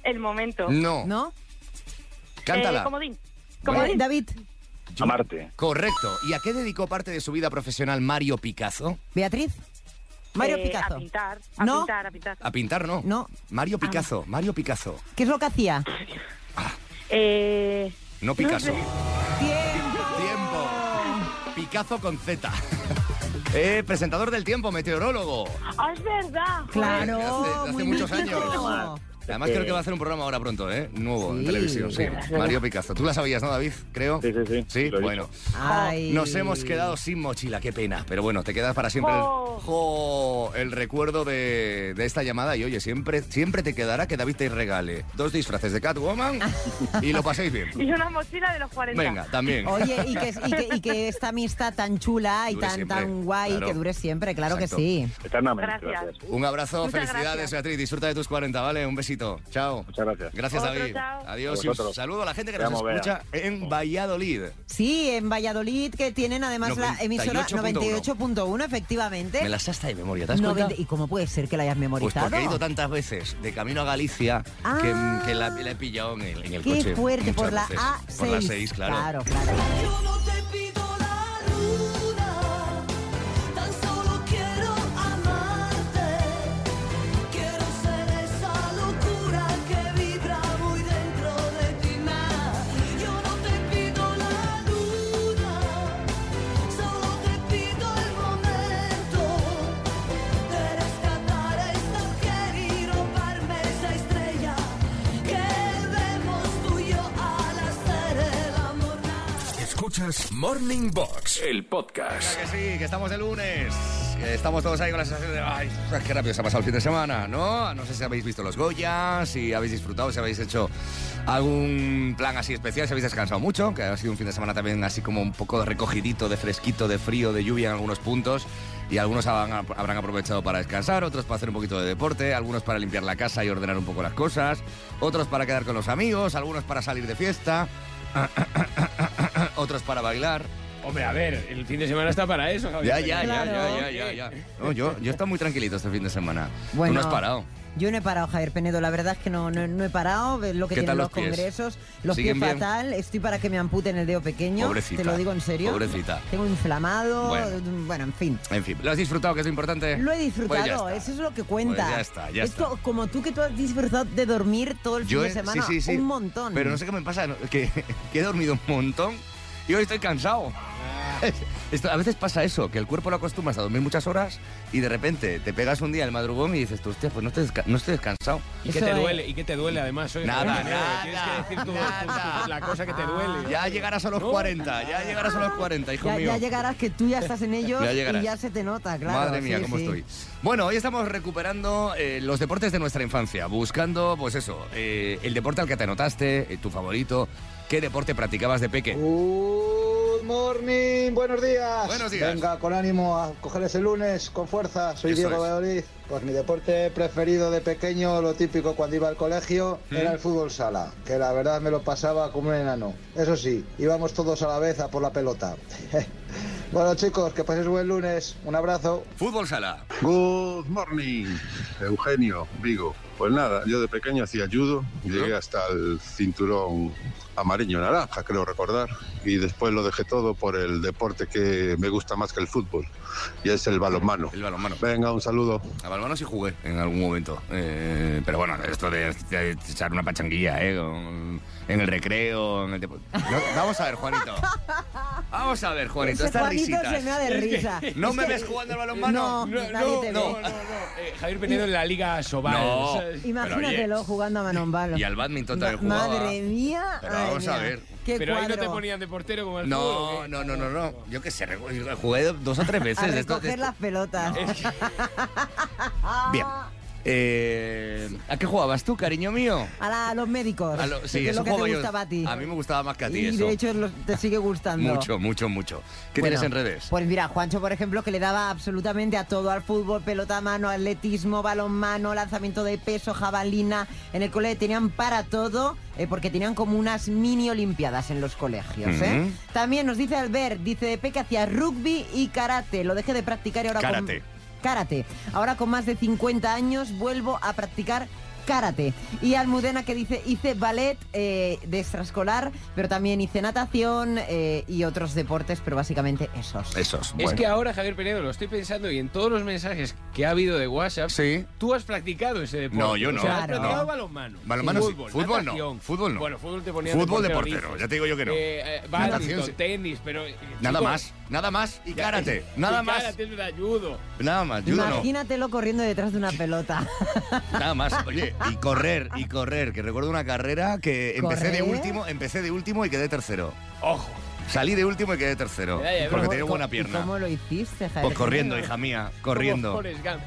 J: el momento.
B: No.
C: ¿No?
B: Mm, Cántala.
J: Eh, comodín.
C: Eh,
J: Comodín.
C: David.
I: Amarte.
B: Correcto. ¿Y a qué dedicó parte de su vida profesional Mario Picasso?
C: Beatriz. Mario
J: Eh,
C: Picazo.
J: A pintar, a
C: No.
J: pintar, a pintar.
B: A pintar, ¿no?
C: No.
B: Mario Picasso, Mario Picasso,
C: ¿Qué es lo que hacía?
J: Eh,
B: no Picasso.
J: sé.
B: Tiempo. Picasso con Z. Eh, presentador del tiempo, meteorólogo.
J: ¡Ah, es verdad!
C: Claro,
B: Hace- hace
C: muy
B: muchos
C: mítico.
B: años. Además creo que va a hacer un programa ahora pronto, ¿eh? Nuevo en
C: Sí.
B: televisión, sí. Mario Picasso. Tú la sabías, ¿no, David? Creo.
I: Sí, sí, sí.
B: Sí,
I: Lo he
B: bueno.
C: Ay.
B: Nos hemos quedado sin mochila, qué pena. Pero bueno, te quedas para siempre el,
J: Jo.
B: Jo, el recuerdo de, de esta llamada. Y oye, siempre, siempre te quedará que David te regale dos disfraces de Catwoman y lo paséis bien.
J: Y una mochila de los 40.
B: Venga, también.
C: Oye, y que, y que- y que esta amistad tan chula y
B: Dure
C: tan,
B: siempre,
C: tan guay
B: claro.
C: que dure siempre, claro
B: Exacto.
C: que sí.
I: Eternamente.
J: Gracias.
B: Un abrazo,
J: Muchas
B: felicidades
J: gracias.
B: Beatriz, disfruta de tus 40, ¿vale? Un besito, chao.
I: Muchas gracias.
B: Gracias
J: Otro,
B: David,
J: chao.
B: adiós
I: A
B: y un
I: vosotros.
B: saludo a la gente que
I: Te
B: nos
I: amo, Bea. Oh.
B: escucha en Valladolid.
C: Sí, en Valladolid, que tienen además la emisora
B: 98.1.
C: 98.1, efectivamente.
B: Me las hasta de memoria, ¿te das cuenta?
C: 90 ¿Y cómo puede ser que la hayas
B: Pues
C: memorizado?
B: porque he ido tantas veces de camino a Galicia
C: Ah.
B: que, que la, la he pillado en el, en el
C: Qué
B: coche.
C: fuerte,
B: muchas
C: por la
B: veces.
C: A6.
B: Por la 6, claro.
C: Claro, claro.
K: Yo no te pido la luna, tan solo quiero amarte. Quiero ser esa locura que vibra muy dentro de ti más. Yo no te pido la luna, solo te pido el momento de rescatar a esta mujer y robarme esa estrella que vemos tuyo al hacer el amor.
A: Escuchas Morning Box, el podcast.
B: Claro que sí, que estamos de lunes. que Estamos todos ahí con la sensación de, ay, qué rápido se ha pasado el fin de semana, ¿no? No sé si habéis visto los Goya, si habéis disfrutado, si habéis hecho algún plan así especial, si habéis descansado mucho, que ha sido un fin de semana también así como un poco recogidito, de fresquito, de frío, de lluvia en algunos puntos. Y algunos habrán, habrán aprovechado para descansar, otros para hacer un poquito de deporte, algunos para limpiar la casa y ordenar un poco las cosas, otros para quedar con los amigos, algunos para salir de fiesta, otros para bailar.
D: Hombre, a ver, el fin de semana está para eso, Javier.
B: Ya, ya, ya,
C: Claro.
B: ya, ya, ya, ya. No, yo, yo he estado muy tranquilito este fin de semana.
C: Bueno.
B: Tú no has parado.
C: Yo no he parado, Javier Penedo. La verdad es que no, no, no he parado. Lo que
B: ¿Qué
C: tienen
B: tal
C: los,
B: los pies?
C: congresos. Los pies
B: ¿Siguen bien?
C: fatal. Estoy para que me amputen el dedo pequeño.
B: Pobrecita,
C: Te lo digo en serio.
B: pobrecita.
C: Tengo inflamado.
B: Bueno.
C: Bueno, en fin.
B: En fin, ¿lo has disfrutado, que es lo importante?
C: Lo he
B: Pues ya
C: disfrutado,
B: está.
C: eso es lo que cuenta.
B: Pues ya está, ya
C: Esto, como tú que tú has disfrutado de dormir todo el
B: Yo
C: fin
B: he-
C: de semana,
B: sí, sí, sí.
C: un montón.
B: Pero no sé qué me pasa, no- que, que he dormido un montón y hoy estoy cansado. Esto- a veces pasa eso, que el cuerpo lo acostumbras a dormir muchas horas y de repente te pegas un día el madrugón y dices, tú, hostia, pues no, te desca- no estoy descansado.
D: ¿Y qué te duele? ¿Y qué te duele además? Oye,
B: Nada,
D: Javier Manero, Tienes que decir tu- tu- tu- la cosa que te duele.
B: Ya llegarás a los 40, ya llegarás a los 40, hijo
C: Ya,
B: mío.
C: ya llegarás que tú ya estás en ello
B: Ya llegarás.
C: y ya se te nota, claro.
B: Madre mía,
C: sí,
B: cómo
C: sí.
B: estoy. Bueno, hoy estamos recuperando eh, los deportes de nuestra infancia, buscando, pues eso, eh, el deporte al que te anotaste, eh, tu favorito, qué deporte practicabas de peque.
L: Good morning, buenos días.
B: Buenos días.
L: Venga, con ánimo a coger ese lunes con fuerza. Soy
B: Eso
L: Diego
B: es.
L: Valladolid. Pues mi deporte preferido de pequeño, lo típico cuando iba al colegio,
M: Mm.
L: era el fútbol sala, que la verdad me lo pasaba como un enano. Eso sí, íbamos todos a la vez a por la pelota. bueno, chicos, que paséis buen lunes. Un abrazo.
B: Fútbol sala.
N: Good morning, Eugenio, Vigo. Pues nada, yo de pequeño hacía judo, llegué hasta el cinturón amarillo naranja, creo recordar, y después lo dejé todo por el deporte que me gusta más que el fútbol, y es el balonmano.
B: El balonmano.
N: Venga, un saludo.
B: A balonmano sí jugué en algún momento. eh, pero bueno, esto de, de echar una pachanguilla, ¿eh? con- en el recreo, en el depo- No, Vamos a ver, Juanito. Vamos a ver, Juanito,
C: Ese
B: estas
C: Juanito
B: risitas.
C: se me ha de
B: Es que-
C: risa.
B: ¿No
C: Es
B: me
C: que-
B: ves jugando al
C: No,
B: balonmano?
C: nadie te ve.
D: Eh, Javier Penedo en la Liga Sobal.
B: No.
D: ¿sabes?
C: Imagínatelo jugando a Manombalo.
B: Y al badminton también jugaba.
C: Madre mía.
B: Pero
C: madre
B: vamos a
C: mía.
B: ver.
C: Qué
D: Pero ahí no te
C: cuadro.
D: ponían de portero como el fútbol, ¿o
B: No,
D: qué?
B: no, no, no, no. Yo qué sé, recu- jugué dos o tres veces.
C: ¿eh? A
B: de esto- de
C: recoger
B: esto-
C: las pelotas.
B: Bien. Eh, ¿A qué jugabas tú, cariño mío?
C: A, la- a los médicos.
B: A lo-
C: que
B: sí,
C: Pues, es
B: eso
C: lo que
B: jugaba
C: te
B: yo.
C: gustaba a ti.
B: A mí me gustaba más que a ti
C: y
B: eso.
C: de hecho lo- te sigue gustando.
B: Mucho, mucho, mucho. ¿Qué
C: Bueno,
B: tienes en redes?
C: Pues mira, Juancho, por ejemplo, que le daba absolutamente a todo, al fútbol, pelota a mano, atletismo, balonmano, lanzamiento de peso, jabalina. En el cole tenían para todo, eh, porque tenían como unas mini olimpiadas en los colegios. ¿eh?
B: Mm-hmm.
K: Ujú.
C: También nos dice Albert, dice de Peque hacía rugby y karate. Lo dejé de practicar y ahora
K: Karate.
C: con... Karate. Ahora con más de 50 años vuelvo a practicar karate. Y Almudena que dice, hice ballet eh, de extraescolar, pero también hice natación eh, y otros deportes, pero básicamente esos.
B: Esos.
D: Es que ahora, Javier Penedo, lo estoy pensando y en todos los mensajes que ha habido de WhatsApp, tú has practicado ese deporte.
B: No, yo no.
D: O sea, has
B: Claro.
D: practicado
B: No.
D: balonmano.
B: Balonmano sí.
D: fútbol,
B: Fútbol no,
D: natación.
B: fútbol no.
D: Bueno, fútbol te ponía
B: Fútbol de
D: dices.
B: portero, ya te digo yo que no.
D: Eh, eh,
B: Natación
D: badminton,
B: sí.
D: tenis, pero... eh,
B: Nada
D: chico,
B: más, nada más y
D: ya-
B: karate.
D: y
B: Nada más,
D: Karate es un ayudo.
B: nada más. Judo no.
C: Imagínatelo corriendo detrás de una pelota.
B: Nada más, oye, y correr, y correr, que recuerdo una carrera que empecé de
C: ¿Correr?
B: último, empecé de último y quedé tercero.
D: Ojo.
B: Salí de último y quedé tercero,
D: Ya, ya,
B: porque
D: pero-
B: tenía buena
C: ¿Y
B: pierna.
C: ¿Cómo lo hiciste, Javier?
B: Pues corriendo, hija mía,
D: Como
B: corriendo.
D: Forrest Gump.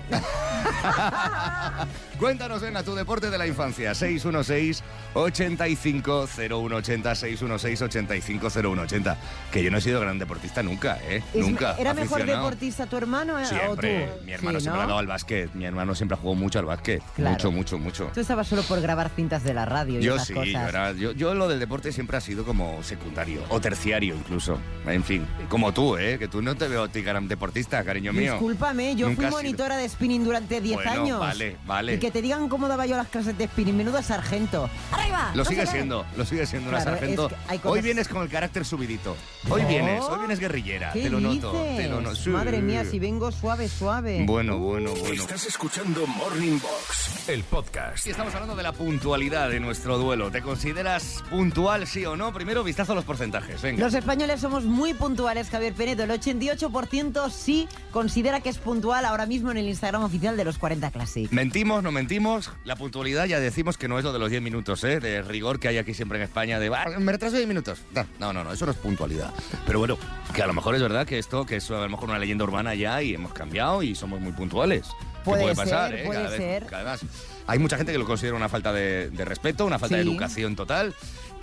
B: Cuéntanos, venga, tu deporte de la infancia, 616 850180 616 850180 que yo no he sido gran deportista nunca, ¿eh?
C: Es-
B: nunca.
C: ¿Era mejor
B: aficionado.
C: deportista tu hermano eh,
B: Siempre,
C: o tú?
B: mi hermano
C: Sí,
B: siempre
C: ¿no?
B: ha dado al básquet, mi hermano siempre ha jugado mucho al básquet,
C: Claro.
B: mucho, mucho, mucho.
C: Tú estabas solo por grabar cintas de la radio y
B: Yo
C: esas
B: sí,
C: cosas.
B: yo, era- yo, yo lo del deporte siempre ha sido como secundario o terciario incluso. En fin, como tú, ¿eh? Que tú no te veo a ti gran deportista, cariño mío.
C: Discúlpame, yo
B: Nunca
C: fui
B: has sido-
C: monitora de spinning durante 10
B: Bueno,
C: años.
B: vale, vale.
C: Y que te digan cómo daba yo las clases de spinning, menudo sargento. ¡Arriba!
B: Lo
C: ¡No
B: sigue
C: se ve!
B: siendo, lo sigue siendo una
C: Claro, es
B: sargento.
C: que hay
B: Hoy
C: cosas-
B: vienes con el carácter subidito. Hoy
C: No.
B: vienes, hoy vienes guerrillera,
C: ¿Qué
B: te lo noto, te lo noto.
C: dices?
B: Sí.
C: Madre mía, si vengo suave, suave.
B: Bueno, bueno, bueno.
A: Estás escuchando Morning Box, Este el podcast.
B: Sí, estamos hablando de la puntualidad de nuestro duelo. ¿Te consideras puntual, sí o no? Primero, vistazo a los porcentajes. Venga.
C: Los españoles somos muy puntuales, Javier Penedo. El 88% sí considera que es puntual ahora mismo en el Instagram oficial de los 40 Classic.
B: Mentimos, no mentimos. La puntualidad ya decimos que no es lo de los 10 minutos, ¿eh? De rigor que hay aquí siempre en España, de "Ah, me retraso 10 minutos. Da. No, no, no, eso no es puntualidad. Pero bueno, que a lo mejor es verdad que esto, que es a lo mejor una leyenda urbana ya y hemos cambiado y somos muy puntuales. Que
C: Puede
B: puede
C: ser,
B: pasar, ¿eh?
C: puede
B: Cada vez-
C: ser.
B: que además, hay mucha gente que lo considera una falta de, de respeto, una falta de
C: Sí.
B: educación total.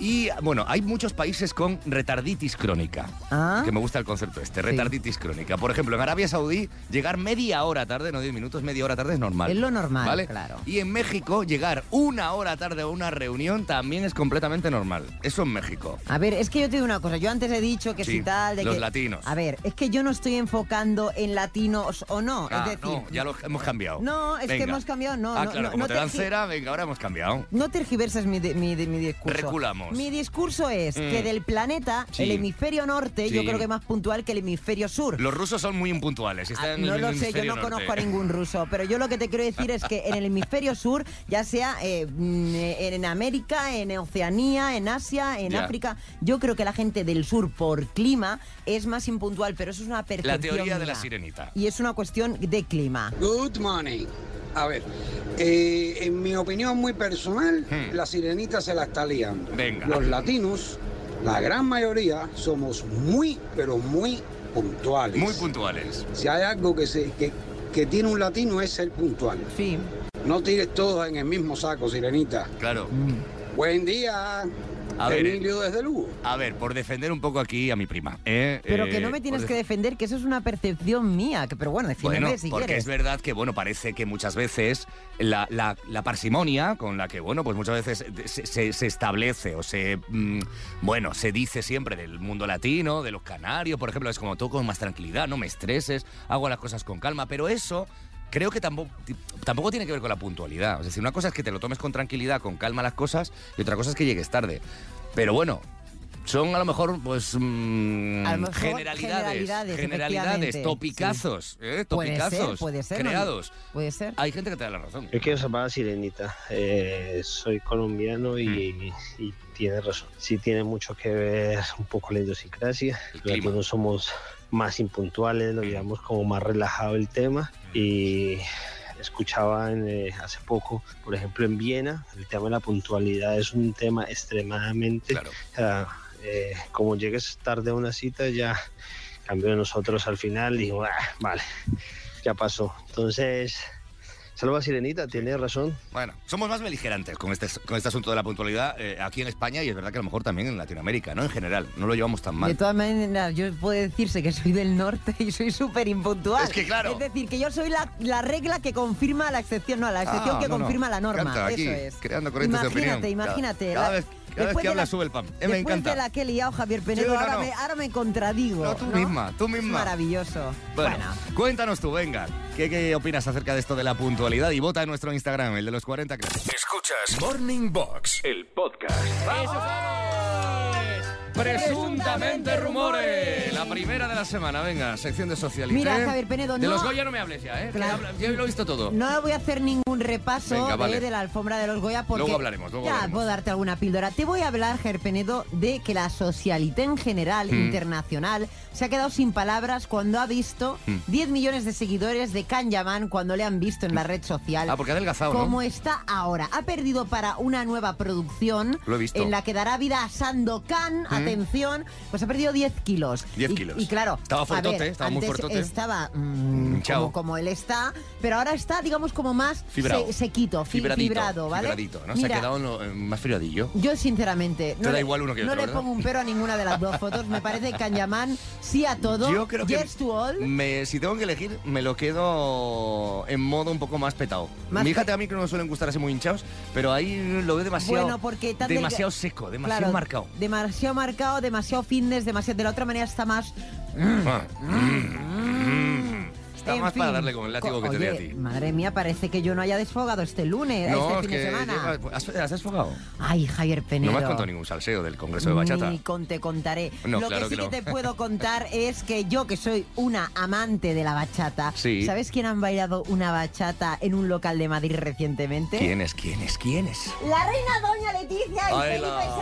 B: Y bueno, hay muchos países con retarditis crónica.
C: Ah.
B: Que me gusta el concepto este, retarditis crónica. Por ejemplo, en Arabia Saudí, llegar media hora tarde, no 10 minutos, media hora tarde es normal.
C: Ah, Es lo normal,
B: ¿vale?
C: claro.
B: Y en México, llegar una hora tarde a una reunión también es completamente normal. Eso en México.
C: A ver, es que yo te digo una cosa. Yo antes he dicho que
B: Sí,
C: si tal. De
B: los
C: que-
B: latinos.
C: A ver, es que yo no estoy enfocando en latinos o no.
B: Ah,
C: es decir,
B: no, ya lo hemos cambiado.
C: No, es que
B: Venga.
C: hemos cambiado, no,
B: Ah,
C: no,
B: claro,
C: no-
B: como
C: no
B: te
C: te
B: dan
C: gi-
B: cera, venga, ahora hemos cambiado.
C: No tergiversas mi, de- mi, de- mi discurso.
B: Reculamos.
C: Mi discurso es
B: Mm.
C: que del planeta,
B: Sí.
C: el hemisferio norte, yo
B: Sí.
C: creo que es más puntual que el hemisferio sur.
B: Los rusos son muy impuntuales. están
C: Ah,
B: en
C: no
B: el
C: lo sé, yo
B: hemisferio
C: no
B: norte.
C: conozco a ningún ruso, pero yo lo que te quiero decir es que en el hemisferio sur, ya sea eh, mm, eh, en América, en Oceanía, en Asia, en
B: Ya.
C: África, yo creo que la gente del sur por clima es más impuntual, pero eso es una percepción.
B: La teoría de la
C: mía.
B: sirenita.
C: Y es una cuestión de clima.
M: Good morning. A ver, eh, en mi opinión muy personal, la sirenita se la está liando.
B: Hmm. Venga.
M: Los latinos, la gran mayoría, somos muy, pero muy puntuales.
B: Muy puntuales.
M: Si hay algo que, se, que, que tiene un latino es ser puntual.
C: Sí.
M: No tires todos en el mismo saco, sirenita.
B: Claro.
M: Buen día.
B: A ver, eh,
M: Emilio desde Lugo.
B: A ver, por defender un poco aquí a mi prima. ¿eh?
C: Pero
B: Eh,
C: que no me tienes
B: por
C: que
B: def-
C: defender, que eso es una percepción mía. Que, pero bueno, defiéndeme
B: Bueno,
C: si
B: porque
C: quieres.
B: es verdad que, bueno, parece que muchas veces la, la- la parsimonia con la que, bueno, pues muchas veces se, se- se establece o se, mm, bueno, se dice siempre del mundo latino, de los canarios, por ejemplo, es como todo con más tranquilidad, no me estreses, hago las cosas con calma, pero eso... Creo que tampoco, tampoco tiene que ver con la puntualidad. Es decir, una cosa es que te lo tomes con tranquilidad, con calma las cosas, y otra cosa es que llegues tarde. Pero bueno, son a lo mejor, pues, mm,
C: A lo mejor
B: generalidades,
C: generalidades,
B: generalidades
C: efectivamente,
B: topicazos, ¿eh? topicazos
C: puede ser, puede ser, ¿no?
B: creados.
C: Puede ser.
B: Hay gente que te da la razón.
O: Yo quiero salvar a Sirenita. Eh, soy colombiano y, y tiene razón. Sí tiene mucho que ver un poco la idiosincrasia. Los latinos somos más impuntuales, lo llevamos como más relajado el tema y escuchaba en, eh, hace poco, por ejemplo en Viena, el tema de la puntualidad es un tema extremadamente... ah, eh, como llegues tarde a una cita ya cambió de nosotros al final y dijimos, "Ah, vale, ya pasó. Entonces... Salva Sirenita, tiene razón.
B: Bueno, somos más beligerantes con este, con este asunto de la puntualidad eh, aquí en España y es verdad que a lo mejor también en Latinoamérica, ¿no? En general, no lo llevamos tan
C: De
B: mal.
C: todas maneras, yo puedo decirse que soy del norte y soy súper impuntual.
B: Es que claro.
C: Es decir, que yo soy la, la regla que confirma la excepción, no, la excepción
B: Ah,
C: que
B: no, no.
C: confirma la norma.
B: Encanta, aquí,
C: Eso es.
B: creando corrientes de
C: imagínate,
B: opinión. Cada-
C: imagínate.
B: cada
C: la-
B: vez- cada vez
C: después
B: que
C: de
B: hablas sube el pan. Eh, me
C: después
B: encanta.
C: de la que he liado Javier Penedo,
B: Sí, no,
C: ahora,
B: no.
C: Me, ahora me contradigo.
B: No, tú misma, tú misma.
C: Es maravilloso.
B: Bueno, cuéntanos tú, venga, ¿qué, ¿qué opinas acerca de esto de la puntualidad? Y vota en nuestro Instagram, el de los 40. que-
A: Escuchas Morning Box, el podcast.
D: Presuntamente rumores.
B: Eh, La primera de la semana, venga, sección de socialidad.
C: Mira, Javier Penedo,
B: De
C: no-
B: los Goya no me hables ya, ¿eh? Que
C: Claro.
B: habla- Yo lo he visto todo.
C: No voy a hacer ningún repaso
B: Venga,
C: eh,
B: vale.
C: de la alfombra de los Goya porque
B: Luego hablaremos, luego
C: ya
B: hablaremos.
C: puedo darte alguna píldora. Te voy a hablar, Gerpenedo, de que la socialité en general,
P: Mm.
C: internacional, se ha quedado sin palabras cuando ha visto
B: Mm.
C: 10 millones de seguidores de Can Yaman cuando le han visto en la red social.
B: Ah, porque ha adelgazado, ¿no?
C: Como está ahora. Ha perdido para una nueva producción
B: Lo he visto.
C: en la que dará vida a Sandokan,
B: Mm.
C: atención, pues ha perdido 10 kilos.
B: 10
C: Y-
B: kilos.
C: Y, claro,
B: Estaba
C: a
B: fuertote,
C: ver,
B: estaba muy
C: antes
B: fuertote.
C: Estaba mm,
B: Hinchao.
C: como, como él está, pero ahora está, digamos, como más
B: Fibrado.
C: se- sequito, fi-
B: Fibradito,
C: fibrado, ¿vale?
B: Fibradito, ¿no? Se
C: Mira,
B: ha quedado en lo- en más fibradillo.
C: Yo, sinceramente,
B: Te
C: no,
B: da
C: le,
B: igual uno que
C: no
B: otro,
C: le
B: ¿verdad?
C: pongo un pero a ninguna de las dos fotos. Me parece que Anyaman sí a todo.
B: Yo creo que-
C: yes to all.
B: Me, si tengo que elegir, me lo quedo en modo un poco más petado.
C: Más
B: Mi hija a mí que no me suelen gustar así muy hinchados, pero ahí lo veo demasiado,
C: Bueno, porque tan delga-
B: demasiado seco, demasiado
C: Claro,
B: marcado.
C: Demasiado marcado, demasiado fitness, demasiado. De la otra manera está más.
B: Ah, mm, mm. Está
C: En
B: más para
C: fin,
B: darle con el látigo
C: co-
B: que te dé a
C: oye,
B: ti.
C: Madre mía, parece que yo no haya desfogado este lunes, este
B: No, es
C: fin
B: que
C: de semana.
B: lleva- ¿has, has desfogado?
C: Ay, Javier Penedo.
B: No me has contado ningún salseo del Congreso de Bachata.
C: Ni con te contaré.
B: No,
C: Lo
B: claro
C: que sí
B: que
C: que,
B: no.
C: te puedo contar es que yo, que soy una amante de la bachata,
B: Sí.
C: ¿sabes quién han bailado una bachata en un local de Madrid recientemente?
B: ¿Quién es? ¿Quién es? ¿Quién es?
C: La reina Doña Leticia y
B: Ay, la-
C: Felipe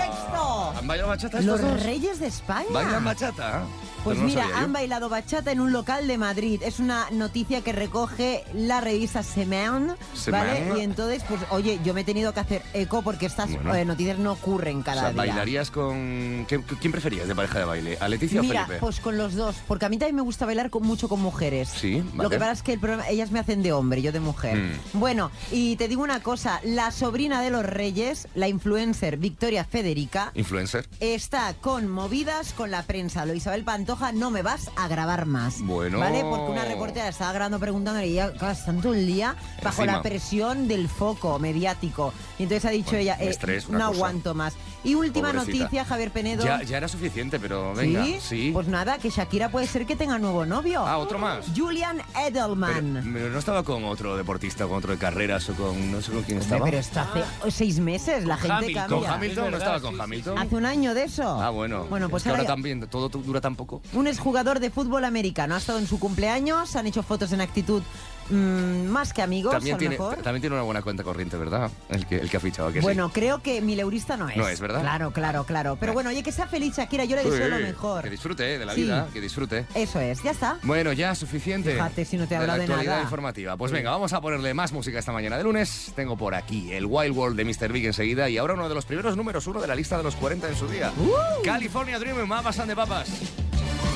B: ¿Han bailado bachata
C: VI.
B: estos
C: Los
B: dos?
C: reyes de España.
B: ¿Bailan bachata?
C: Pues
B: Pero no
C: mira,
B: sabía yo.
C: han bailado bachata en un local de Madrid. Es una noticia que recoge la revista Semán,
B: Semana.
C: ¿vale? Y entonces, pues oye, yo me he tenido que hacer eco porque estas
B: Bueno.
C: eh, noticias no ocurren
B: O
C: cada
B: sea,
C: día.
B: ¿bailarías con...? ¿Quién, quién preferías de pareja de baile? ¿A Leticia o
C: Mira,
B: Felipe?
C: pues con los dos, porque a mí también me gusta bailar con, mucho con mujeres.
B: Sí,
C: Lo
B: vale.
C: que pasa es que el problema- ellas me hacen de hombre, yo de mujer.
B: Mm.
C: Bueno, y te digo una cosa, la sobrina de los reyes, la influencer Victoria Federica,
B: ¿Influencer?
C: está conmovidas con la prensa. Lo Isabel Pantoja, no me vas a grabar más.
B: Bueno.
C: ¿Vale? Porque una reportera la estaba grabando preguntando y ella, claro, están todo el día bajo
B: Encima.
C: la presión del foco mediático. Y entonces ha dicho
B: Bueno,
C: ella,
B: un
C: eh,
B: estrés, una
C: no
B: cosa.
C: aguanto más. Y última
B: Pobrecita.
C: noticia, Javier Penedo.
B: Ya, ya era suficiente, pero venga, sí.
C: ¿Sí? Pues nada, que Shakira puede ser que tenga nuevo novio.
B: Ah, otro más.
C: Julian
B: Pero,
C: Edelman.
B: pero no estaba con otro deportista, con otro de carreras o con no sé con quién estaba.
C: Pero esto hace Ah. seis meses, la gente
B: Hamilton.
C: cambia.
B: ¿Con Hamilton? ¿No estaba con Hamilton?
C: Hace un año de eso.
B: Ah, bueno.
C: Bueno, pues
B: es que ahora
C: ahora-
B: también todo tu- dura tan poco.
C: Un exjugador de fútbol americano. Ha estado en su cumpleaños, han hecho fotos en actitud mm, más que amigos, a
B: También
C: lo
B: tiene,
C: mejor.
B: también tiene una buena cuenta corriente, ¿verdad? El que, el que ha fichado, ¿a que sí?
C: Bueno, creo que mileurista no es.
B: No es, ¿verdad?
C: Claro, claro, claro. Pero bueno, oye, que sea feliz Shakira, yo le deseo
B: Sí,
C: lo mejor.
B: Que disfrute eh, de la
C: Sí.
B: vida, que disfrute.
C: Eso es, ya está.
B: Bueno, ya suficiente.
C: Fíjate si no te he
B: de la
C: hablado de
B: actualidad
C: nada.
B: informativa. Pues venga, vamos a ponerle más música esta mañana de lunes. Tengo por aquí el Wild World de Mr. Big enseguida y ahora uno de los primeros números uno de la lista de los 40 en su día.
C: Uh.
B: California Dreaming, mapas de papas.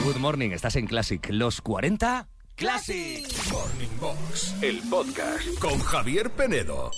B: Good morning, estás en Classic. Los 40
A: Classic Morning Box, el podcast con Javier Penedo.